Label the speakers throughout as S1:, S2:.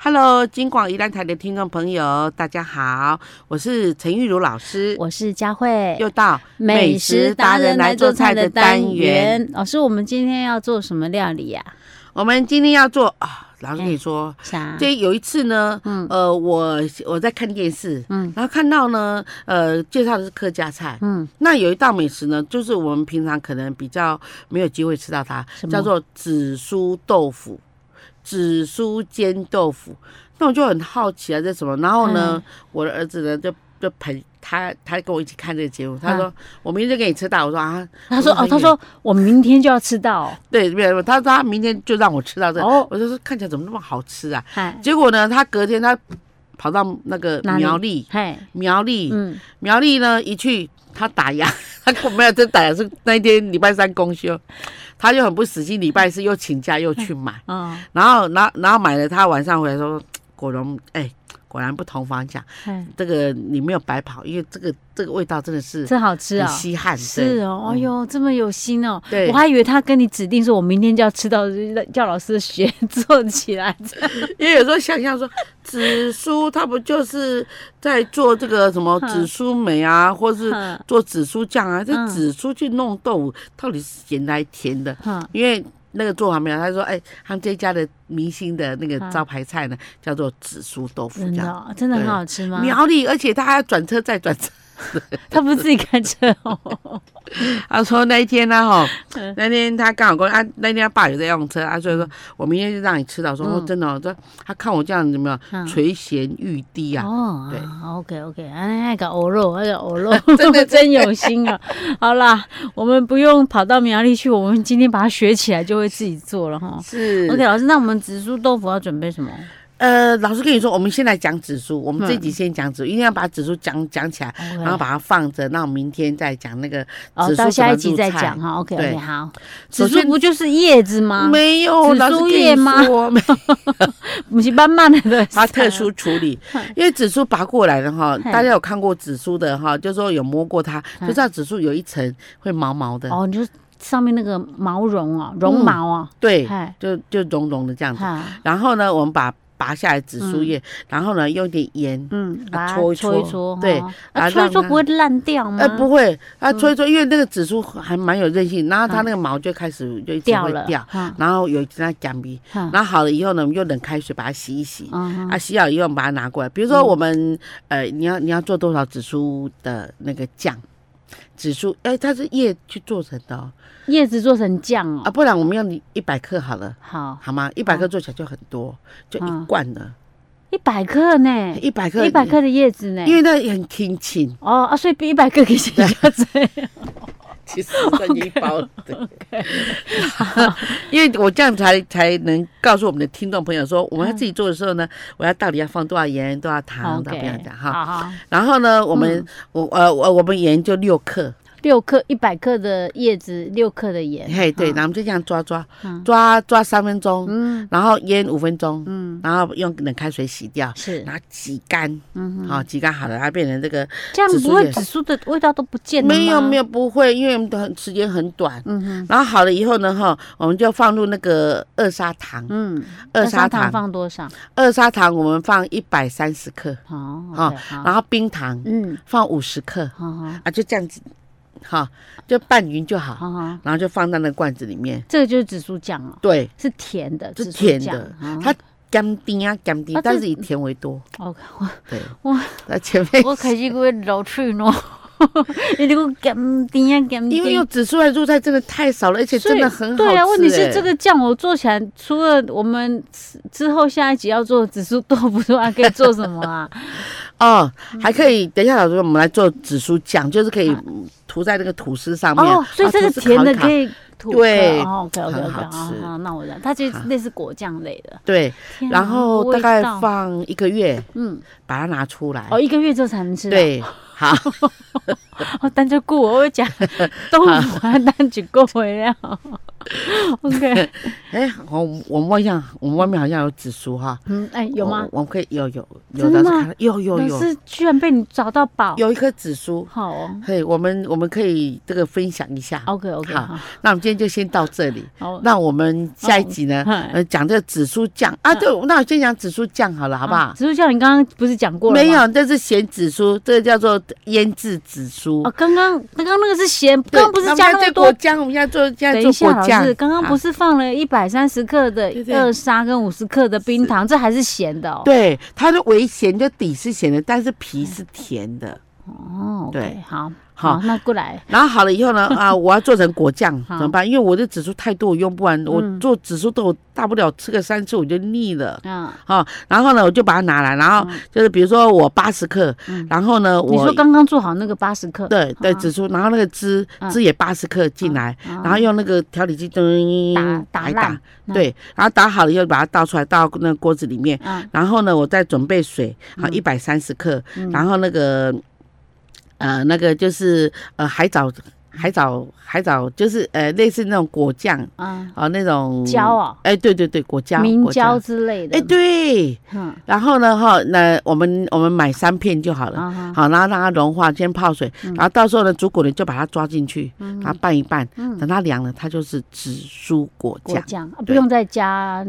S1: Hello，金广宜兰台的听众朋友，大家好，我是陈玉茹老师，
S2: 我是佳慧，
S1: 又到
S2: 老师，我们今天要做什么料理呀、
S1: 我们今天要做啊，老师跟你说，
S2: 啥？
S1: 这有一次呢，
S2: 嗯
S1: 呃，我我在看电视，
S2: 嗯
S1: 然后看到呢，呃，介绍的是客家菜。
S2: 嗯，
S1: 那有一道美食呢，就是我们平常可能比较没有机会吃到它
S2: 什，么
S1: 叫做紫苏豆腐、紫苏煎豆腐。那我就很好奇啊，这什么？然后呢，
S2: 嗯
S1: 我的儿子呢就就陪他，他跟我一起看这个节
S2: 嗯
S1: 目。他说：“我明天就给你吃到。”我说：“啊，
S2: 他说
S1: 我
S2: 哦，他说我明天就要吃到，
S1: 对，没有，他说他明天就让我吃到这个。
S2: 哦
S1: 我就说：“看起来怎么那么好吃啊
S2: 嗨？”
S1: 结果呢，他隔天他跑到那个
S2: 哪里
S1: 苗栗，
S2: 嗨，
S1: 苗栗，
S2: 嗯，
S1: 苗栗呢，一去他打烊， 他根本没有真打烊，是那一天礼拜三公休，他就很不死心，礼拜四又请假又去买，
S2: 哦，
S1: 然后，然后，然后买了，他晚上回来说，果然，哎，果然不同凡响，
S2: 嗨，
S1: 这个你没有白跑，因为这个这个味道真的是
S2: 真好吃
S1: 很
S2: 哦。
S1: 稀罕，
S2: 是
S1: 对嗯
S2: 哦，哎，呦，这么有心哦！
S1: 对
S2: 我还以为他跟你指定说，我明天就要吃到，叫老师学做起来。
S1: 嗯因为有时候想象说，紫苏它不就是在做这个什么
S2: 嗯
S1: 紫苏梅啊，或是
S2: 嗯
S1: 做紫苏酱啊，这
S2: 嗯
S1: 紫苏去弄豆腐，到底是咸的还是甜的？
S2: 哈，
S1: 因为那个做法没有，他说，哎、他们这一家的明星的那个
S2: 啊
S1: 招牌菜呢，叫做紫苏豆腐
S2: 真
S1: 这
S2: 的
S1: 样。
S2: 哦，真的很
S1: 对
S2: 好吃吗？
S1: 苗栗，而且他还要转车再转 车。
S2: 他不是自己开车 哦。
S1: 他说那一天呢、哈、
S2: 嗯
S1: 那天他刚好跟啊，那天他爸有在用车啊，所以说我明天就让你吃到。说、哦
S2: 嗯
S1: 真的、哦，这他看我这样怎么样，
S2: 嗯
S1: 垂涎欲滴啊。
S2: 哦，
S1: 对，
S2: ，OK OK，哎，那个欧肉，那个欧肉
S1: 真的
S2: 真有心啊！好啦，我们不用跑到苗栗去，我们今天把它学起来，就会自己做了哈。
S1: 是
S2: OK，老师，那我们紫苏豆腐要准备什么？
S1: 呃，老师跟你说，我们先来讲紫苏，我们
S2: 嗯
S1: 这集先讲紫苏，一定要把紫苏讲讲起来，然后把它放着，那我明天再讲那个紫
S2: 哦，
S1: 苏
S2: 到下一
S1: 怎
S2: 集
S1: 么入
S2: 再
S1: 菜
S2: 讲哈。OK
S1: 对
S2: OK，好。
S1: 首
S2: 紫
S1: 先
S2: 苏不就是叶子吗？
S1: 没有，
S2: 啊紫
S1: 老师
S2: 苏
S1: 跟你
S2: 叶吗
S1: 说没
S2: 不是慢慢的对。
S1: 把它特 殊处理，因为紫苏拔过来了哈，
S2: 嗯嘿
S1: 大家有看过紫苏的哈，就说有摸过它，就
S2: 嗯
S1: 知道紫苏有一层会毛毛的，嗯
S2: 哦，你就上面那个毛绒啊，绒毛啊，
S1: 对，嗯
S2: 哎，
S1: 就就绒绒的这样子。
S2: 哈，
S1: 然后呢，我们把拔下来紫苏叶，然后呢用一点盐，
S2: 嗯，
S1: 啊
S2: 把它
S1: 搓一
S2: 搓
S1: 搓
S2: 一搓，
S1: 对
S2: 哈，
S1: 啊
S2: 啊，搓一搓
S1: 让它
S2: 不会烂掉吗
S1: 呃，？不会，啊
S2: 嗯
S1: 搓一搓，因为那个紫苏还蛮有韧性，然后它那个毛就开始就一直
S2: 掉
S1: 会
S2: 了，嗯
S1: 掉，
S2: 哈，
S1: 然后有一阵它干皮，
S2: 哈
S1: 然后好了以后呢，我们用冷开水把它洗一洗，
S2: 嗯
S1: 啊，洗好以后我们把它拿过来。比如说我们、呃，你要你要做多少紫苏的那个酱？紫苏，哎、它是叶去做成的、哦、
S2: 叶子做成酱哦
S1: 啊，。不然我们用一百克好了，
S2: 好，
S1: 好吗？一百克做起来就很多，就一
S2: 嗯
S1: 罐了，
S2: 一百克呢，
S1: 一百克，
S2: 一百，克的叶子呢。
S1: 因为那也很亲亲，
S2: 哦啊，所以比一百克可以省下这样。
S1: 其实算一包了。对 因为我这样才才能告诉我们的听众朋友说，我们要
S2: 嗯
S1: 自己做的时候呢，我要到底要放多少盐、多少糖，到底要
S2: OK，
S1: 这样哈。
S2: 好嗯好，
S1: 然后呢，我们、我呃我我们盐就六克，
S2: 六克一百克的叶子，六克的盐。
S1: 嘿，对，然
S2: 好
S1: 后我们就这样抓抓
S2: 嗯
S1: 抓抓三分钟，
S2: 嗯
S1: 然后腌五分钟，
S2: 嗯，
S1: 然后用冷开水洗掉，
S2: 是，
S1: 然后挤干，
S2: 嗯哼，
S1: 好挤干好了，它变成这个
S2: 这样
S1: 紫苏
S2: 不会
S1: 叶
S2: 紫苏的味道都不见了
S1: 没有没
S2: 有，
S1: 有不会，因为我们的时间很短。
S2: 嗯哼，
S1: 然后好了以后呢，哈，我们就放入那个二砂糖，
S2: 嗯，
S1: 二
S2: 那
S1: 砂
S2: 砂
S1: 糖，
S2: 放多少？
S1: 二砂糖我们放一百三十克，
S2: 好，
S1: 好
S2: OK，好，
S1: 然后冰糖
S2: 嗯，
S1: 放五十克，
S2: 好好
S1: 啊，就这样子，哈，就拌匀就好，
S2: 好好，
S1: 然后就放到那个罐子里面。
S2: 这个就是紫苏酱哦，
S1: 对，
S2: 是甜的，
S1: 是
S2: 紫苏
S1: 甜
S2: 酱嗯
S1: 的
S2: 好
S1: 它甘甜啊甘甜
S2: 啊，
S1: 但
S2: 这
S1: 是以甜为多。
S2: OK，
S1: 对，
S2: 哇，
S1: 那前面
S2: 我开始会流喙喏， 你这个甘甜啊甘甜。
S1: 因为用紫苏来做菜真的太少了，而且
S2: 所以
S1: 真的很好吃、
S2: 对啊，问题是
S1: 哎
S2: 这个酱我做起来，除了我们之之后下一集要做紫苏豆腐之外，还可以做什么 啊？
S1: 哦，还可以。等一下，老师，我们来做紫苏酱，就是可以
S2: 啊
S1: 嗯涂在那个吐司上面。
S2: 哦，所以
S1: 啊
S2: 这个
S1: 吐司
S2: 甜
S1: 烤一
S2: 的
S1: 烤
S2: 可以吐
S1: 对
S2: ，OK OK
S1: 很
S2: OK，
S1: 好吃
S2: 好，那我知道，它就是类似果酱类的。
S1: 对，
S2: 天啊哪
S1: 然后大概，放一个月，
S2: 那个味道嗯，
S1: 把它拿出来。
S2: 哦，一个月之后才能吃啊。
S1: 对，好，
S2: 哦，单就顾我，我讲豆腐啊，单就够回了。 OK，
S1: 哎，我我们外向，我们外面好像有紫苏哈，
S2: 嗯，哎，有吗
S1: 我？？我们可以有有有
S2: 真的
S1: 的是
S2: 吗
S1: 看到，有哦有
S2: 老
S1: 有
S2: 师居然被你找到宝，
S1: 有一颗紫苏，
S2: 好哦。
S1: 嘿，我们我们可以这个分享一下。
S2: OK OK，
S1: 好
S2: 好，
S1: 那我们今天就先到这里，
S2: 好，
S1: 那我们下一集呢，
S2: 嗯
S1: 呃，讲这个紫苏酱啊，对，那我先讲紫苏酱好了，好不好？
S2: 紫苏酱，你刚刚不是讲啊过了吗
S1: 没？有，这是咸紫苏，这个叫做腌制紫苏
S2: 哦，。刚刚刚刚那个是咸，
S1: 对
S2: 刚刚不是
S1: 我们
S2: 加
S1: 现
S2: 那
S1: 在
S2: 么
S1: 做
S2: 多
S1: 果酱，我们现在做现在
S2: 等一
S1: 做
S2: 下，
S1: 果
S2: 老
S1: 酱
S2: 师，。刚刚不是放了一百三十克的
S1: 对对
S2: 二砂跟五十克的冰糖，这还是咸的哦。
S1: 对，它的微咸，就底是咸的，但是
S2: 哎
S1: 皮是甜的。
S2: 哦，OK，
S1: 对
S2: 好，
S1: 好
S2: 好，那过来，
S1: 然后好了以后呢， 啊，我要做成果酱
S2: 好
S1: 怎么办？因为我的紫苏太多，我用不完。我做紫苏豆，大不了吃个三次我就腻了。
S2: 嗯，
S1: 啊，然后呢，我就把它拿来，然后就是比如说我八十克
S2: 嗯，
S1: 然后呢，
S2: 你
S1: 我
S2: 说刚刚做好那个八十克，
S1: 对对
S2: 啊
S1: 紫苏，然后那个汁
S2: 嗯
S1: 汁也八十克进来，
S2: 然
S1: 然后用那个调理机咚
S2: 打打
S1: 一
S2: 烂，嗯
S1: 对，然后打好了以后把它倒出来，倒那个锅子里面。
S2: 嗯
S1: 然后呢，我再准备水，好
S2: 嗯
S1: 一百三十克，
S2: 嗯
S1: 然后那个呃那个就是呃海藻海藻海藻就是呃类似那种果酱
S2: 嗯，
S1: 啊、那种
S2: 椒啊，
S1: 哎对对对果椒
S2: 明
S1: 果
S2: 胶之类的，
S1: 哎对，
S2: 嗯，
S1: 然后呢哈那我们我们买三片就好了。
S2: 啊哈，
S1: 好，然后让它融化，先泡水，然后到时候呢，煮滚了就把它抓进去，
S2: 嗯
S1: 然后拌一拌，
S2: 嗯
S1: 等它凉了，它就是紫苏果
S2: 果
S1: 酱，
S2: 酱啊不
S1: 对
S2: 用再加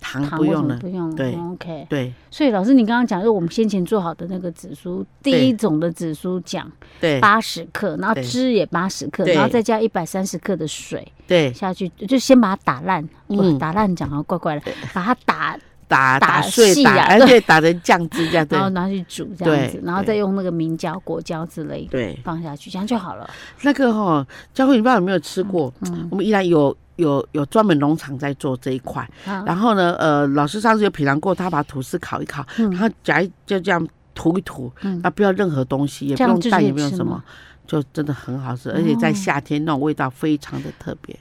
S1: 糖
S2: 糖，
S1: 不用
S2: 了，
S1: 了。
S2: 不用了，
S1: 对
S2: 嗯，OK。
S1: 对
S2: 所以老师，你刚刚讲就是我们先前做好的那个紫苏，第
S1: 对
S2: 一种的紫苏酱
S1: 对
S2: 八十克，然后
S1: 对
S2: 汁也八十克，
S1: 对
S2: 然后再加一百三十克的水
S1: 对，
S2: 下去，就先把它打烂。嗯，
S1: 嗯
S2: 打烂讲啊，怪怪的，把它打，
S1: 打
S2: 打
S1: 打碎
S2: 细
S1: 打，
S2: 啊
S1: 哎
S2: 对
S1: 对，打成酱汁这样，对
S2: 然后拿去煮这样子
S1: 对，
S2: 然后
S1: 对
S2: 再用那个明胶、果胶之类
S1: 对。
S2: 放下去，这样就好了。
S1: 那个哈、佳慧，你不知道有没有吃过？
S2: 嗯
S1: 我们依然有有有专门农场在做这一块。
S2: 啊，
S1: 然后呢，呃，老师上次有品尝过，他把吐司烤一烤，
S2: 嗯
S1: 然后夹一就这样涂一涂，
S2: 嗯
S1: 啊，不要任何东西，也不
S2: 这样
S1: 用
S2: 就
S1: 蛋，
S2: 可以
S1: 也不用
S2: 吃
S1: 什
S2: 吗
S1: 么，就真的很好吃，而且在
S2: 哦
S1: 夏天那种味道非常的特别，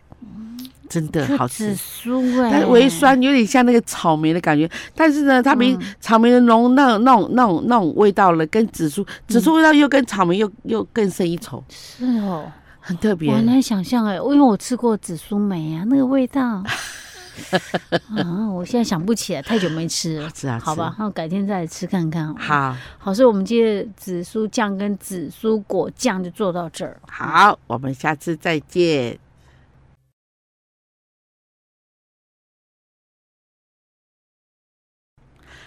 S1: 真的
S2: 就
S1: 好
S2: 紫
S1: 吃。
S2: 苏哎，
S1: 但微酸有点像那个草莓的感觉，但是呢，它比
S2: 嗯
S1: 草莓的浓那种那种那种那种味道了，跟紫苏
S2: 嗯
S1: 紫苏味道又跟草莓又又更胜一筹，
S2: 是哦，
S1: 很特别
S2: 我。很难想象哎，因为我吃过紫苏梅啊，那个味道啊，我现在想不起来，太久没吃了。
S1: 吃啊，
S2: 好
S1: 吃
S2: 吧，，那我改天再来吃看看。，
S1: 好
S2: 好，所以我们今天的紫苏酱跟紫苏果酱就做到这儿。
S1: 好，我们下次再见。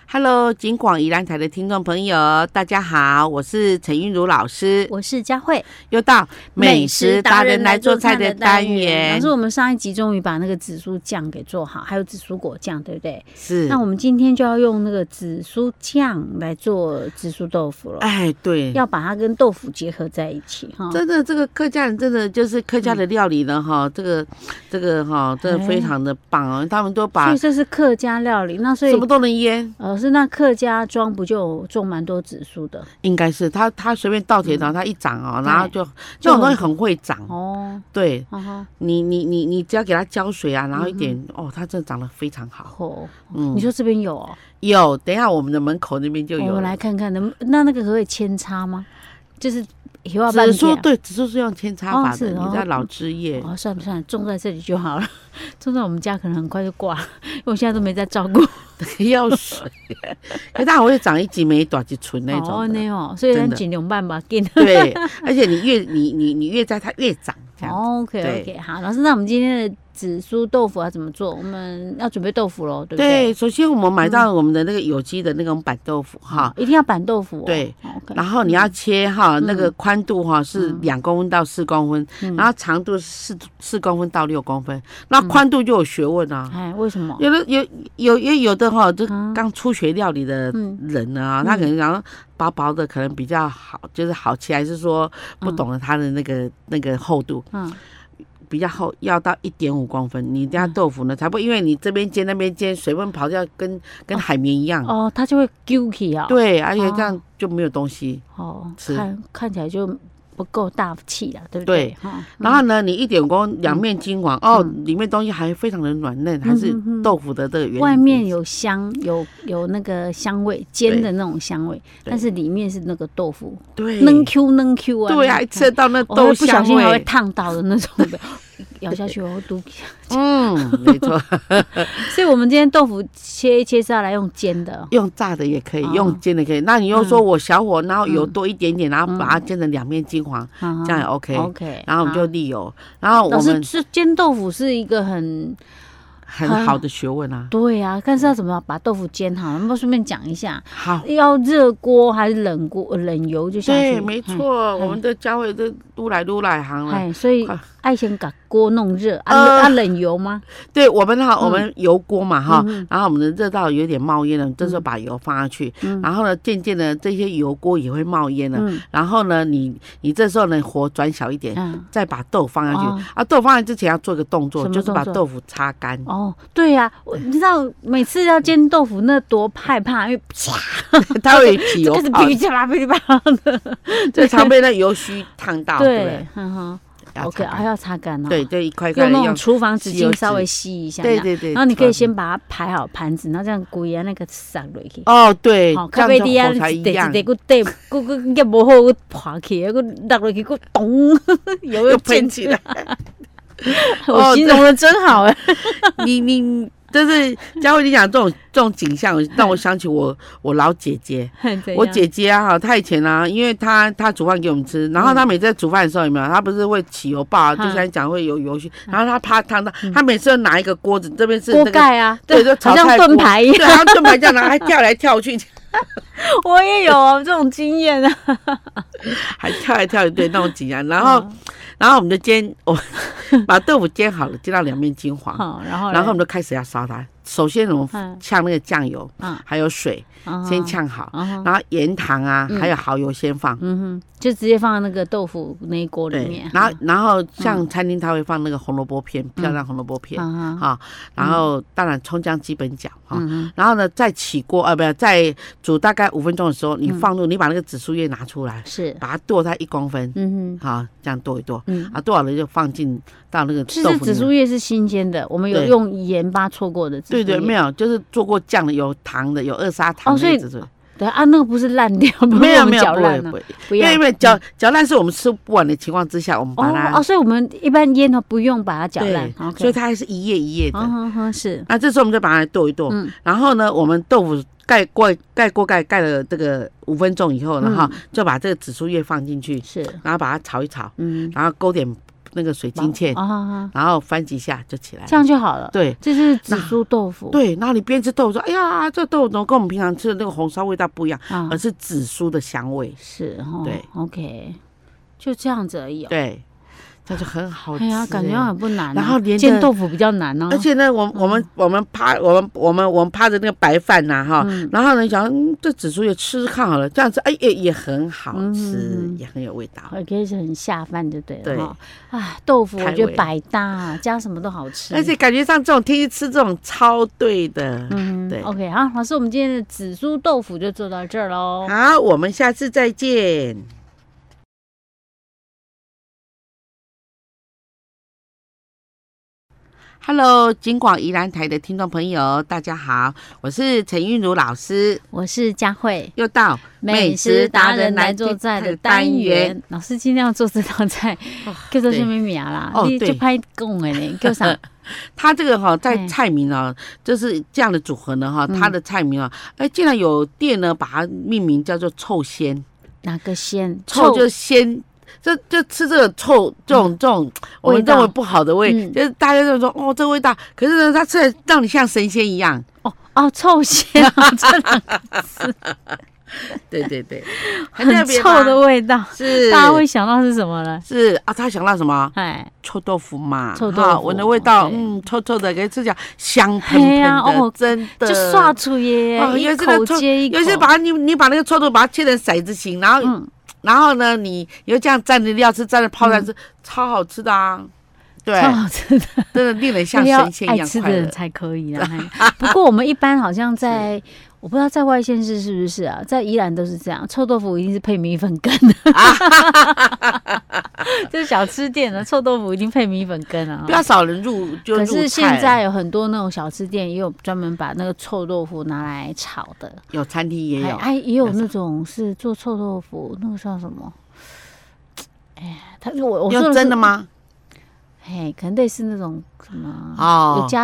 S1: Hello，金广宜兰台的听众朋友，大家好，我是陈韵如老师，
S2: 我是佳慧，
S1: 又到美食达人来做菜的单元
S2: 老师，，我们上一集终于把那个紫苏酱给做好，还有紫苏果酱，对不对？
S1: 是
S2: 那我们今天就要用那个紫苏酱来做紫苏豆腐了，
S1: 哎，对，
S2: 要把它跟豆腐结合在一起哈。
S1: 真的，这个客家人真的就是客家的料理呢，哈、这个这个哈，真的非常的棒哦，他们都
S2: 所
S1: 把
S2: 以这是客家料理，那所以
S1: 什么都能腌，
S2: 老师，那客家庄不就种蛮多紫苏的
S1: 应该是他他随便倒铁，然后他一长哦，
S2: 嗯对
S1: 然后就这种东西
S2: 很
S1: 很会长，
S2: 哦？
S1: 对
S2: 哈哈，
S1: 你你你你只要给它浇水啊，然后一点
S2: 嗯
S1: 哦，它真的长得非常好。
S2: 哦，
S1: 嗯
S2: 你，说这边有哦？
S1: 有，等一下我们的门口那边就
S2: 我
S1: 有
S2: 们
S1: 了
S2: 来。看看能不那那个可以扦插吗？就是啊以后半
S1: 紫苏
S2: 天。
S1: 对，紫苏是用扦插
S2: 哦
S1: 法的，
S2: 是哦
S1: 你知道老枝叶。
S2: 哦，算了算了，种在这里就好了。 种在我们家可能很快就挂了，因为我现在都没在照顾。
S1: 要水，可它还会长一级梅、短几唇那
S2: 哦，
S1: 种的。
S2: 那哦，所以咱
S1: 真的
S2: 尽量办吧，给
S1: 对，而且你越你你你越摘它越长，这样。
S2: 哦 OK
S1: 对
S2: OK，好，老师，那我们今天的紫苏豆腐要怎么做？我们要准备豆腐喽，对不对？嗯
S1: 对，首先我们买到我们的那个有机的那种板豆腐哈，
S2: 一定要板豆腐哦。
S1: 对
S2: ，OK，
S1: 然后你要切哈，
S2: 嗯
S1: 那个宽度哈是两公分到四公分，然后长度是四四公分到六公分，那
S2: 嗯
S1: 宽度就有学问啊。
S2: 哎，为什么？
S1: 有的有有有有的哈，就
S2: 嗯
S1: 刚初学料理的
S2: 嗯
S1: 人呢啊，他可能想说薄薄的可能比较好，就是好切，还是说不懂得它的那个那个厚度
S2: 嗯，
S1: 比较厚，要到一点五公分，你这样豆腐呢才不，因为你这边煎那边煎，水分跑掉跟跟海绵一样，
S2: 哦，它就会揪起啊。，
S1: 对，而且这
S2: 哦
S1: 样就没有东西。
S2: 哦，
S1: 是
S2: 看看起来就不够大气了，对不
S1: 对
S2: 对？哈，嗯
S1: 然后呢，你一点光两面金黄、哦，里面东西还非常的软嫩，还是
S2: 嗯哼
S1: 豆腐的这个原
S2: 外
S1: 理
S2: 面有香，有有那个香味，煎的那种香味，
S1: 对
S2: 但是里面是那个豆腐，
S1: 对
S2: 嫩 Q 嫩 Q 啊，
S1: 对啊，
S2: 那
S1: 一
S2: 种
S1: 吃得到那
S2: 哦
S1: 豆
S2: 不小
S1: 香
S2: 心还会
S1: 味，
S2: 烫到的那种的， 咬下去我会嘟起来。
S1: 嗯，没错，
S2: 所以我们今天豆腐切一切是要来用煎的，
S1: 用炸的也可以
S2: 哦，
S1: 用煎的可以。那你又说我小火，然后油
S2: 嗯
S1: 多一点点，然后把它煎成两面金黄，
S2: 这
S1: 这样也 OK。
S2: OK。
S1: 然后我们就
S2: 好
S1: 沥油，然后我
S2: 老师
S1: 们
S2: 是煎豆腐是一个很
S1: 很
S2: 啊
S1: 好的学问啊。
S2: 对啊，但是要怎么把豆腐煎好？能不能顺便讲一下？
S1: 好，
S2: 要热锅还是冷锅、呃冷油就下去？
S1: 对，没错，我们的教会都撸来撸来行
S2: 嗯。
S1: 了。
S2: 哎，所以
S1: 快
S2: 爱先把锅弄热，啊
S1: 呃
S2: 啊冷油吗？
S1: 对我们哈，
S2: 嗯
S1: 我们油锅嘛哈
S2: 嗯嗯，
S1: 然后我们的热到有点冒烟了，这时候把油放下去，
S2: 嗯
S1: 然后呢，渐渐的这些油锅也会冒烟了。
S2: 嗯
S1: 然后呢，你你这时候呢，火转小一点，
S2: 嗯。
S1: 再把豆放下
S2: 哦
S1: 去。啊，豆放下去之前要做一个动作
S2: 什，么
S1: 就是把
S2: 动作
S1: 豆腐擦干。
S2: 哦，对呀、啊，我你知道每次要煎豆腐那多害怕，因为
S1: 它会起油
S2: 开始
S1: 泡
S2: 噼，里啪啦噼里啪啦的。
S1: 最常被那油须烫到，对不啊
S2: 对
S1: 对，
S2: 嗯哼
S1: 要擦
S2: ，OK，
S1: 干
S2: 还要擦干哦。
S1: 对，这一块块
S2: 用
S1: 的
S2: 那种
S1: 用，
S2: 厨房纸
S1: 吸油
S2: 巾
S1: 纸
S2: 稍微吸一下，
S1: 对
S2: 这样
S1: 对对。
S2: 啊然后你可以
S1: 擦
S2: 先把它排好盘子，然后这样滚啊那个撒落去。
S1: 哦，对
S2: 哦，，
S1: 这
S2: 咖啡
S1: 样就火
S2: 滴啊，一
S1: 才一
S2: 滴
S1: 样
S2: 一，滴，佮滴，佮佮夹无好，佮爬起，佮落落去，佮咚， 油
S1: 又
S2: 又
S1: 喷
S2: 溅
S1: 起
S2: 起
S1: 来
S2: 来。。
S1: 哦
S2: 我形容的真好哎，
S1: 你你就是佳慧，你讲这种这种景象，让我想起我我老姐姐，
S2: 怎
S1: 我
S2: 样
S1: 姐姐啊，哈，她以前啊，因为她她煮饭给我们吃，然后她每次在煮饭的时候有没有，她不是会起油爆啊，就
S2: 嗯
S1: 像你讲会有油熏，然后她怕烫到，她每次都拿一个锅子，这边是
S2: 锅
S1: 那个。
S2: 盖啊，
S1: 对就炒
S2: 好像
S1: 菜锅
S2: 盾牌一样，
S1: 对，然后盾牌这样，然后还跳来跳去，
S2: 我也有这种经验啊。
S1: 还跳来跳去，对，那种景象。然
S2: 嗯
S1: 后，然后我们就煎，我把豆腐煎好了，煎到两面金黄，
S2: 好，然后
S1: 然后我们就
S2: 嘞
S1: 开始要烧它。首先我们
S2: 嗯
S1: 呛那个酱油，
S2: 嗯
S1: 还有水，
S2: 啊
S1: 先呛好，
S2: 啊哈，
S1: 然后盐糖啊，
S2: 嗯
S1: 还有蚝油先放。
S2: 嗯哼，就直接放在那个豆腐那一锅里
S1: 对
S2: 面，，嗯
S1: 然后然后像餐厅它会放那个红萝卜片，漂亮红萝卜片
S2: 啊哈，
S1: 啊，然后当然葱姜基本讲哈，
S2: 嗯哼，
S1: 然后呢再起锅呃，不要再煮大概五分钟的时候，你放入你把那个紫苏叶拿出来，
S2: 嗯是，
S1: 把它剁它一公分，
S2: 嗯哼，
S1: 好这样剁一剁，
S2: 嗯。
S1: 啊剁好了就放进到那个
S2: 其
S1: 豆
S2: 实
S1: 腐里
S2: 紫
S1: 面。
S2: 苏叶是新鲜的，我们有
S1: 对
S2: 用盐巴错过的紫苏
S1: 对
S2: 叶。
S1: 对，没有，就是做过酱的，有糖的，有二砂糖
S2: 哦所
S1: 的
S2: 以
S1: 紫苏叶，
S2: 对啊，那个不是烂掉， 不
S1: 没
S2: 是
S1: 有
S2: 我
S1: 没
S2: 们
S1: 有，
S2: 搅
S1: 不会
S2: 烂
S1: 不
S2: 了，
S1: 会，
S2: 不
S1: 因
S2: 要嗯
S1: 为因为搅搅烂是我们吃不完的情况之下，我们把它
S2: 哦哦，所以我们一般烟头不用把它搅
S1: 对，
S2: 烂，OK，
S1: 所以它还是一页一页的。
S2: 嗯哼哼是，
S1: 那这时候我们就把它剁一剁，
S2: 嗯
S1: 然后呢，我们豆腐盖锅盖锅盖盖了这个五分钟以后呢，
S2: 嗯
S1: 哈、就把这个紫苏叶放进去，
S2: 是，
S1: 然后把它炒一炒，
S2: 嗯，
S1: 然后勾点那个水晶芡，
S2: 啊啊，
S1: 然后翻几下就起来了。
S2: 这样哦就好了。
S1: 对
S2: 这就是紫苏豆腐，
S1: 对，然后你边吃豆腐说，哎呀，这豆腐怎么跟我们平常吃的那个红烧味道不一样，
S2: 啊
S1: 而，是紫苏的香味。
S2: 是哦，
S1: 对
S2: ，OK，就这样子而已哦。
S1: 对，那就很好吃、
S2: 哎呀，感觉
S1: 哎
S2: 很不难啊，
S1: 然后连着
S2: 煎豆腐比较难哦，
S1: 而且呢，我我们我们趴我们我们我们趴着那个白饭呐、哈、
S2: 嗯
S1: 然后呢想、嗯、这紫苏也吃吃看好了，这样子哎也也很好吃，
S2: 嗯嗯嗯
S1: 也很有味道。
S2: 也可以是很下饭就对
S1: 对
S2: 了哈。啊，豆腐我
S1: 开
S2: 觉
S1: 胃
S2: 得百搭啊，加什么都好吃，
S1: 而且感觉上这种天气吃这种超对的。
S2: 嗯
S1: 对
S2: ，OK，好，老师，我们今天的紫苏豆腐就做到这儿喽。
S1: 好，我们下次再见。Hello，金广宜兰台的听众朋友，大家好，我是陈韵如老师，
S2: 我是佳慧，
S1: 又到
S2: 美食达人来做菜的单元。老师今天要做这道菜，叫做
S1: 对
S2: 什么名啊啦？
S1: 哦
S2: 你
S1: 对
S2: 就拍供的 呢，叫啥？
S1: 它这个哈、在
S2: 哎
S1: 菜名啊，就是这样的组合呢哈、
S2: 嗯
S1: 它的菜名啊，哎，竟然有店呢把它命名叫做臭鲜，
S2: 哪个鲜？
S1: 臭就是鲜。就就吃这个臭这种这种我们
S2: 嗯味道
S1: 认为不好的味，
S2: 嗯
S1: 就是大家就说哦这味道，可是呢它吃的让你像神仙一样。
S2: 哦哦，臭 鲜啊，这两个
S1: 对对 对，很特
S2: 很
S1: 别
S2: 臭
S1: 吧
S2: 的味道，
S1: 是
S2: 大家会想到是什么呢？
S1: 是啊，他想到什么
S2: 哎，
S1: 臭豆腐嘛，
S2: 臭豆
S1: 哈
S2: 腐
S1: 闻的味道，
S2: 对
S1: 嗯，臭臭的，给吃起来香喷
S2: 嘿
S1: 喷的，
S2: 呀哦
S1: 真的
S2: 就刷出耶
S1: 哦，
S2: 一
S1: 有这个
S2: 口
S1: 臭
S2: 接一口
S1: 尤。其是把它你你把那个臭豆腐把它切成骰子形，然后、
S2: 嗯
S1: 然后呢，你又这样蘸着料吃，蘸着泡菜吃，超好吃的啊！对，
S2: 超好吃的，
S1: 真的令人像
S2: 要
S1: 神 仙一
S2: 爱
S1: 样
S2: 吃的
S1: 快乐
S2: 人。才可 以啦。嘿不过我们一般好像在，我不知道在外县市是不是啊，在宜兰都是这样，臭豆腐一定是配米粉羹的， 就是小吃店的臭豆腐一定配米粉羹啊
S1: 不。要少人入就
S2: 可
S1: 入菜。
S2: 是现在有很多那种小吃店也有专门把那个臭豆腐拿来炒的，
S1: 有餐厅也
S2: 还
S1: 有，
S2: 还也有
S1: 有
S2: 那种是做臭豆腐，那个叫什么？哎呀，他我我说
S1: 用
S2: 是
S1: 真的？吗？
S2: 嘿，可能类似那种什么
S1: 哦
S2: 有加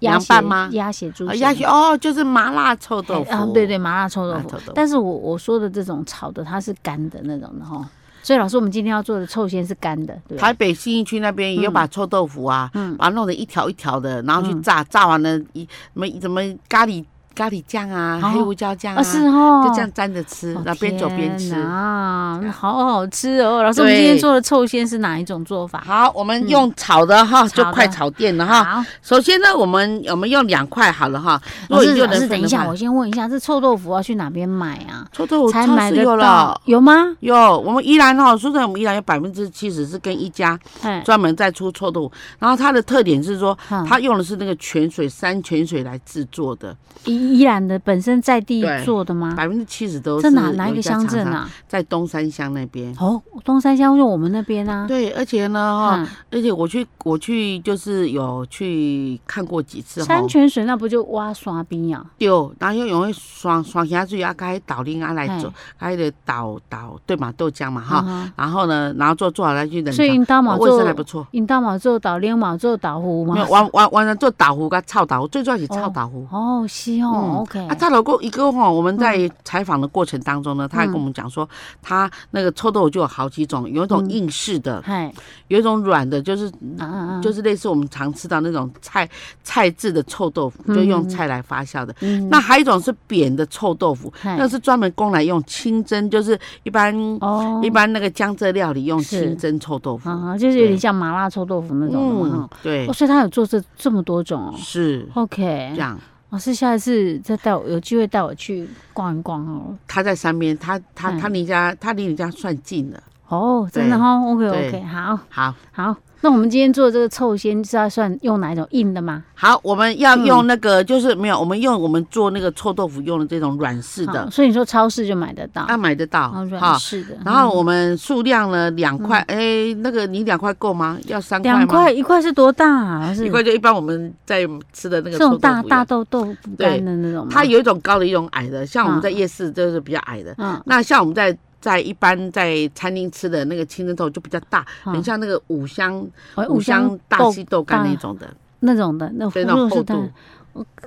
S2: 鸭
S1: 凉
S2: 血
S1: 拌吗
S2: 鸭血猪
S1: 啊鸭血哦，就是麻辣臭豆
S2: 豆
S1: 腐。
S2: 啊，对对，麻辣臭豆
S1: 麻辣
S2: 腐。
S1: 臭豆腐
S2: 但是我我说的这种炒的，它是干的那种的哈。所以老师，我们今天要做的臭鲜是干的，对不对
S1: 台北信义区那边也有把臭豆腐啊，
S2: 嗯
S1: 把它弄得一条一条的，然后去
S2: 嗯
S1: 炸，炸完了一什么什么咖喱咖喱酱啊，
S2: 哦
S1: 黑胡椒酱啊，
S2: 啊，是哦，
S1: 就这样沾着吃，然后边走边吃。
S2: 啊，那好好吃哦。老师，我们今天
S1: 对
S2: 做的臭鲜是哪一种做法？
S1: 好，我们用炒的哈，就
S2: 嗯炒的
S1: 快炒店了哈。
S2: 好，
S1: 首先呢，我们我们用两块好了哈。如
S2: 老
S1: 果
S2: 师，
S1: 一六
S2: 老
S1: 人
S2: 师，
S1: 份的
S2: 哦等一下，
S1: 话
S2: 我先问一下，这臭豆腐要去哪边买啊？
S1: 臭豆腐
S2: 才
S1: 哦超
S2: 买
S1: 市
S2: 得
S1: 有
S2: 到
S1: 了？。
S2: 有吗？
S1: 有，我们依哦然哈，说在我们依然有百分之七十是跟一家
S2: 哎，
S1: 专门在出臭豆腐，然后它的特点是说，
S2: 嗯
S1: 它用的是那个泉水山泉水来制作的，
S2: 宜宜兰的本身在地
S1: 对
S2: 做的吗？
S1: 百分之七十都是
S2: 啊这哪哪
S1: 有
S2: 一个
S1: 家
S2: 乡
S1: 厂
S2: 镇
S1: 商？
S2: 啊？
S1: 在东山乡那边。
S2: 哦，东山乡就我们那边啊。
S1: 对，啊而且呢，哈、
S2: 嗯，
S1: 而且我去我去就是有去看过几次哈
S2: 山，泉水那不就挖刷冰啊？
S1: 对，然后又用双双下水啊，该倒令啊来做，还得倒倒对嘛豆浆嘛哈，
S2: 哈，
S1: 然后呢，然后做做好再去冷
S2: 嗯啊所以
S1: 藏，
S2: 因当
S1: 哦
S2: 嘛
S1: 卫生还
S2: 做
S1: 不，错。
S2: 因当嘛做导连嘛做导湖
S1: 没
S2: 嘛
S1: 有，。完完完了做豆腐跟臭豆腐，最重要是臭豆腐。
S2: 哦，是哦
S1: 嗯
S2: ，OK。嗯
S1: 啊，她老公一个哈，我们在采访的过程当中呢，她还跟我们讲说，她那个臭豆腐就有好几种，有一种
S2: 嗯
S1: 硬式的，
S2: 嗨，
S1: 有一种软的，就是
S2: 啊啊啊，
S1: 就是是类似我们常吃到那种菜菜制的臭豆腐，
S2: 嗯
S1: 就用菜来发酵的。
S2: 那
S1: 那还有一种是扁的臭豆腐，
S2: 嗨
S1: 那是专门供来用清蒸，就是一般
S2: 哦
S1: 一般那个江浙料理用
S2: 是
S1: 清蒸臭豆腐。
S2: 啊，就是有点像麻辣臭豆腐那种的嘛。
S1: 嗯
S2: 哈，
S1: 对
S2: 哦，，所以他有做这这么多种哦。
S1: 是这
S2: OK，
S1: 样。
S2: 老师下一次再带我，有机会带我去逛一逛哦。
S1: 他在山边，他他
S2: 嗯
S1: 他离家他离你家算近了。
S2: 哦，真的
S1: 对
S2: 哈，OK OK，
S1: 对
S2: 好
S1: 好
S2: 好。那我们今天做的这个臭鲜是要算用哪一种硬的吗？
S1: 好，我们要用那
S2: 嗯
S1: 个、就是没有，我们用我们做那个臭豆腐用的这种软式
S2: 好
S1: 的，
S2: 所以你说超市就买得到，
S1: 啊买得到
S2: 好软
S1: 哈。
S2: 式的。
S1: 然后我们数量呢两块，哎、那个你两块够吗？要三块吗？
S2: 嗯两块一块是多大啊？老师
S1: 一块就一般我们在吃的那
S2: 这
S1: 个臭
S2: 种
S1: 豆
S2: 大
S1: 腐一
S2: 大
S1: 样，
S2: 豆豆腐干的那种吗？
S1: 它有一种高的，一种矮的。像我们
S2: 嗯
S1: 在夜市就是比较矮的，
S2: 嗯，
S1: 那像我们在。在一般在餐厅吃的那个清蒸豆腐就比较大，
S2: 嗯
S1: 很像那个五香
S2: 哦
S1: 五香大
S2: 豆
S1: 西豆干
S2: 大
S1: 那种的，
S2: 那种的，那
S1: 对，
S2: 葫
S1: 那种
S2: 芦
S1: 厚
S2: 是
S1: 度
S2: 大。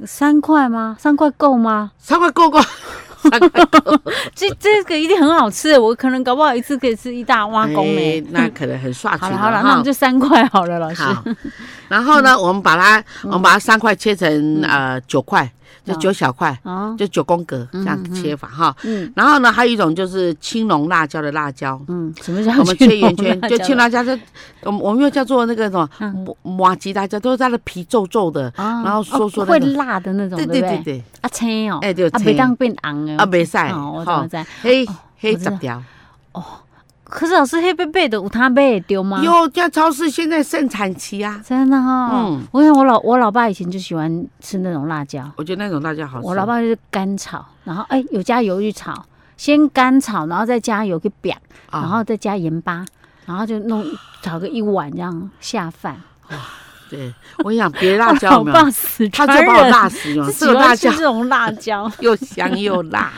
S2: 三块吗？三块够吗？
S1: 三块 够够，三块够。
S2: 这这个一定很好吃，我可能搞不好一次可以吃一大挖工
S1: 哎
S2: 呢。
S1: 那可能很刷
S2: 好
S1: 群
S2: 了
S1: 了
S2: 好了，
S1: 哈
S2: 那我们就嗯三块好了，老师。
S1: 好。然后呢，我们把它，我们把它三块切成
S2: 嗯
S1: 呃九块，就
S2: 好
S1: 九小块，
S2: 啊，
S1: 就九宫格
S2: 嗯
S1: 这样切法哈。
S2: 嗯
S1: 然后呢，还有一种就是青龙辣椒的辣 椒，
S2: 嗯，什么叫
S1: 我们切圆圈，就青
S2: 青
S1: 辣椒，就我们我们又叫做那个什么
S2: 嗯
S1: 麻麻吉辣椒，都是它的皮皱皱的，
S2: 啊
S1: 然后说说
S2: 哦
S1: 那
S2: 会
S1: 个
S2: 辣的那种，
S1: 对对
S2: 对不
S1: 对
S2: 对？
S1: 对，
S2: 啊青哦，
S1: 哎对
S2: 啊
S1: 青
S2: 袂当变红的。
S1: 啊，没晒
S2: 哦，我怎么
S1: 哈，
S2: 知？
S1: 黑
S2: 我
S1: 黑
S2: 知
S1: 十
S2: 道
S1: 条，
S2: 可是老师黑贝贝的有他买得丢吗？
S1: 哟，在超市现在盛产期啊，
S2: 真的哈、
S1: 嗯
S2: 我想我老我老爸以前就喜欢吃那种辣椒，
S1: 我觉得那种辣椒好吃。
S2: 我老爸就是干炒，然后哎、有加鱿鱼炒，先干炒，然后再加油给煸，
S1: 啊
S2: 然后再加盐巴，然后就弄炒个一碗这样下饭。
S1: 对，我跟你讲，别 的辣
S2: 我
S1: 椒有
S2: 老
S1: 没有？
S2: 爸死
S1: 他
S2: 传
S1: 就把我
S2: 人，
S1: 辣死了，这
S2: 是喜
S1: 个辣
S2: 欢吃
S1: 椒
S2: 这种辣椒，
S1: 又香又辣。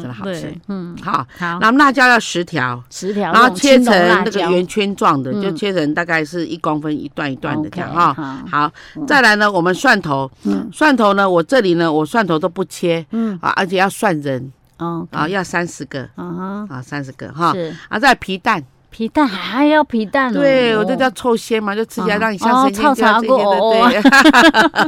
S1: 真的好
S2: 对
S1: 吃。
S2: 嗯，
S1: 好，
S2: 好，
S1: 然后辣椒要十条，
S2: 十条，
S1: 然后切成那个
S2: 圆
S1: 圆圈状的，就
S2: 嗯
S1: 切成大概是一公分一段一段的这样哈。
S2: 哈，
S1: 好，再来呢，我们蒜头，
S2: 嗯
S1: 蒜头呢，我这里呢，我蒜头都不切
S2: 嗯，
S1: 啊，而且要蒜仁
S2: 哦，
S1: 啊，要三十个
S2: 啊
S1: 啊，三十个
S2: 哈，
S1: 哈。
S2: 是
S1: 啊，再皮蛋，
S2: 皮蛋还要皮蛋哦，
S1: 对我这叫臭鲜嘛，就吃起来
S2: 哦
S1: 让你像
S2: 哦
S1: 神仙
S2: 臭
S1: 就要
S2: 茶
S1: 这
S2: 锅哦
S1: 些的，对。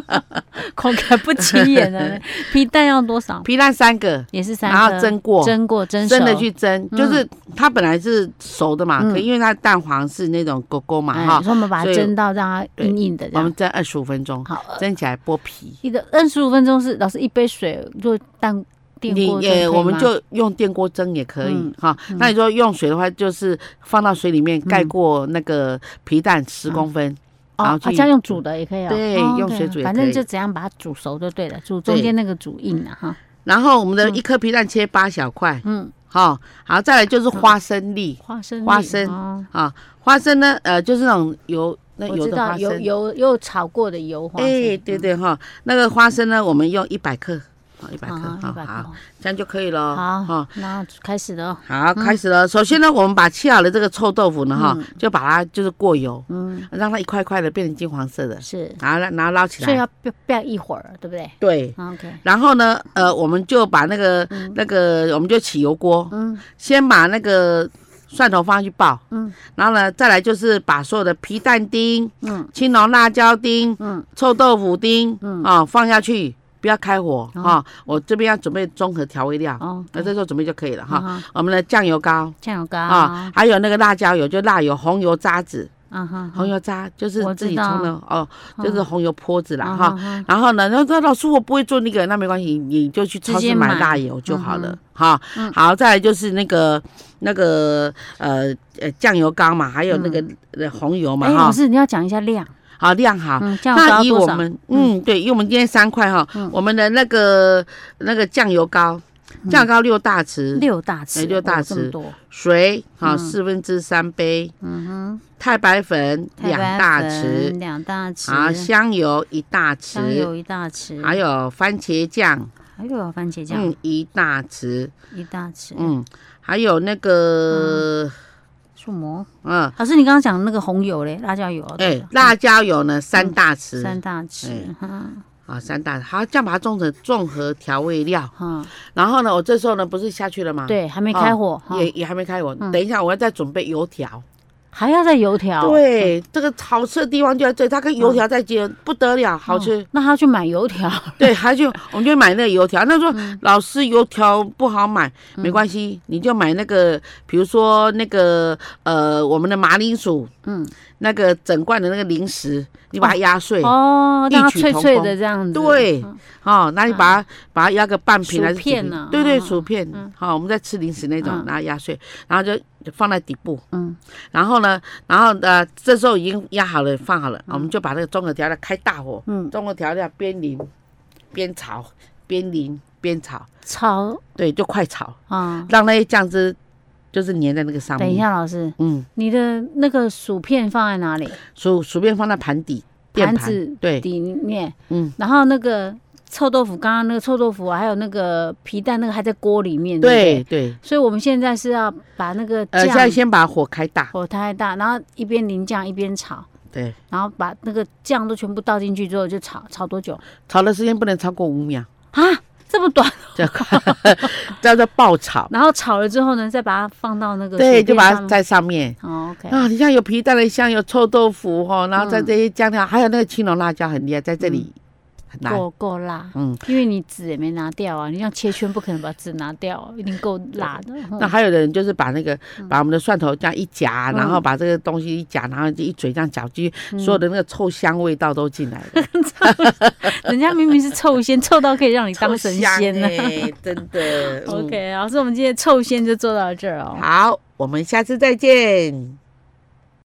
S2: 口感不起眼的皮蛋要多少？
S1: 皮蛋三个，
S2: 也 是三颗，
S1: 然后蒸过，
S2: 蒸过蒸熟
S1: 真的去蒸，就是它本来是熟的嘛，
S2: 嗯
S1: 可因为它蛋黄是那种勾勾嘛
S2: 哎
S1: 哈
S2: 所，以我们把它
S1: 所以
S2: 蒸到让它
S1: 对
S2: 硬硬的这
S1: 我
S2: 样
S1: 们。蒸二十五分钟，
S2: 好，呃
S1: 蒸起来剥皮。
S2: 一个二十五分钟是老师一杯水做蛋电锅这样可以
S1: 也
S2: 吗，
S1: 呃
S2: 哦
S1: 我们就用电锅蒸也可以
S2: 嗯嗯
S1: 哈。那你说用水的话，就是放到水里面盖过那个皮蛋十公分，
S2: 哦
S1: 然后
S2: 啊
S1: 去
S2: 这样用煮的也可以哦，
S1: 对
S2: 哦
S1: 用
S2: 对
S1: 水煮也
S2: 反
S1: 可
S2: 正
S1: 以
S2: 就怎样把它煮熟就对了，煮中间那个煮硬了哈。
S1: 然后我们的一颗皮蛋切八小块，
S2: 嗯，
S1: 哈。好，再来就是花生粒
S2: 花生粒
S1: 花生
S2: 哦
S1: 啊，花生呢，呃，就是那种油那
S2: 我
S1: 油
S2: 知
S1: 的
S2: 道
S1: 花
S2: 油
S1: 生。哎
S2: 油又炒过的油花生，嗯
S1: 哎，对对哈，那个花生呢，我们用一百克，好，一百克，
S2: 啊，
S1: 好
S2: 一百克
S1: 好，。这样就可以了。
S2: 好嗯
S1: 好，
S2: 那开始了。
S1: 好，开始了。首先呢，我们把切好的这个臭豆腐呢，哈，就把它就是过油，
S2: 嗯，
S1: 让它一块块的变成金黄色的，
S2: 是，
S1: 然后呢然后捞起
S2: 所以
S1: 来。
S2: 要不不要一会儿，对不对
S1: 对，
S2: ？OK，
S1: 然后呢，呃，我们就把那个那个，我们就起油锅，
S2: 嗯
S1: 先把那个蒜头放进去爆，
S2: 嗯
S1: 然后呢，再来就是把所有的皮蛋丁、
S2: 嗯
S1: 青龙辣椒丁、
S2: 嗯
S1: 臭豆腐丁，
S2: 嗯
S1: 啊、放下去，不要开火啊、
S2: 哦
S1: 我这边要准备综合调味料，
S2: 哦，嗯
S1: 那、这时候准备就可以了哈。
S2: 哈，
S1: 我们的酱油膏
S2: 酱油膏
S1: 啊、还有那个辣椒油，就辣油、红油渣子，
S2: 啊哈，
S1: 红油渣就是
S2: 我
S1: 自己
S2: 知道
S1: 冲的哦，就是红油泼子啦
S2: 啊
S1: 哈。，然后呢，那那老师我不会做那个，那没关系，你就去超市
S2: 直接
S1: 买
S2: 买
S1: 辣油就好
S2: 嗯
S1: 了，哈、好，再来就是那个那个呃呃酱油膏嘛，还有那个、呃红油嘛
S2: 哎，老
S1: 哈，
S2: 师你要讲一下量，
S1: 好量好。
S2: 嗯，酱油
S1: 那
S2: 膏
S1: 以我
S2: 多少？嗯
S1: 们嗯对，因为我们今天三块哈，我们的那个那个酱油膏，酱油膏六大匙，
S2: 嗯六大匙，
S1: 哎六大
S2: 哦这么
S1: 匙
S2: 多，
S1: 水好
S2: 嗯
S1: 四分之三杯，
S2: 嗯哼，
S1: 太白粉
S2: 太
S1: 两
S2: 白
S1: 大
S2: 粉
S1: 匙，
S2: 两大匙，
S1: 啊香油一大
S2: 香
S1: 匙，
S2: 油一大匙，
S1: 还有番茄酱
S2: 还有番茄酱
S1: 嗯一大匙，
S2: 一大匙，
S1: 嗯，还有那个，
S2: 树蘑。
S1: 嗯，
S2: 老师你刚刚讲那个红油嘞，辣椒油，
S1: 哎
S2: 对吧，
S1: 辣椒油呢三大匙
S2: 嗯三大
S1: 哎
S2: 匙，哈
S1: 啊，三大匙，好，这样把它做成综合调味料。
S2: 哈，
S1: 然后呢，我这时候呢不是下去了吗？，哦
S2: 对，还没开火，哈嗯
S1: 也也还没开火，等一下我要再准备油条。
S2: 还要再油条，
S1: 对，这个好吃的地方就在这里，它跟油条再结
S2: 嗯
S1: 合，不得了，好吃
S2: 哦。那他要去买油条，
S1: 对，还就我们就买那个油条。那说
S2: 嗯
S1: 老师油条不好买，没关系，你就买那个，比如说那个呃，我们的马铃薯
S2: 嗯，
S1: 那个整罐的那个零食，你把它压碎，
S2: 哦，
S1: 异
S2: 让它
S1: 曲
S2: 脆
S1: 同
S2: 脆
S1: 工
S2: 的这样子，
S1: 对
S2: 嗯
S1: 哦，那你把它把它压个半瓶
S2: 薯
S1: 还是几
S2: 片
S1: 瓶
S2: 啊
S1: 对对，
S2: 嗯
S1: 薯片
S2: 嗯。
S1: 好，我们在吃零食那种
S2: 嗯，
S1: 然后压碎，然后就放在底部。
S2: 嗯，
S1: 然后呢，然后呃，这时候已经压好了，放好了，我们就把那个综合调料开大火，
S2: 嗯
S1: 综合调料边淋边炒，边淋边炒，
S2: 炒
S1: 对，就快炒，
S2: 啊。
S1: 让那些酱汁就是粘在那个上面。
S2: 等一，下，老师，
S1: 嗯，
S2: 你的那个薯片放在哪里？
S1: 薯薯片放在盘底，垫
S2: 盘子
S1: 对，
S2: 里面，
S1: 嗯，
S2: 然后那个臭豆腐，刚刚那个臭豆腐啊，还有那个皮蛋，那个还在锅里面，
S1: 对
S2: 不
S1: 对，
S2: 所以我们现在是要把那个
S1: 呃，
S2: 酱
S1: 现在先把火开大，
S2: 火太大，然后一边淋酱一边炒，
S1: 对，
S2: 然后把那个酱都全部倒进去之后就炒，炒多久
S1: 炒的时间不能超过五秒，
S2: 啊？这 么短，
S1: 这快，这样叫爆炒，
S2: 然后炒了之后呢，再把它放到那个
S1: 对，
S2: 薯
S1: 就
S2: 片
S1: 把
S2: 上
S1: 它
S2: 面
S1: 在上面。
S2: 哦，OK，
S1: 啊，你像有皮蛋的香，有臭豆腐哈、哦，然后
S2: 嗯
S1: 在这些酱料，还有那个青龙辣椒很厉害，在这里很难。
S2: 够够辣，
S1: 嗯，
S2: 因为你籽也没拿掉啊，你像切圈不可能把籽拿掉啊，一定够辣的。
S1: 那还有的人就是把那个、
S2: 嗯
S1: 把我们的蒜头这样一夹，然后把这个东西一夹，然后就一嘴这样嚼进去，所有的那个臭香味道都进来了。
S2: 人家明明是臭仙，臭到可以 让你当神仙呢、
S1: 呢、真的。嗯
S2: OK，老师，我们今天臭仙就做到这儿哦。
S1: 好，我们下次再见。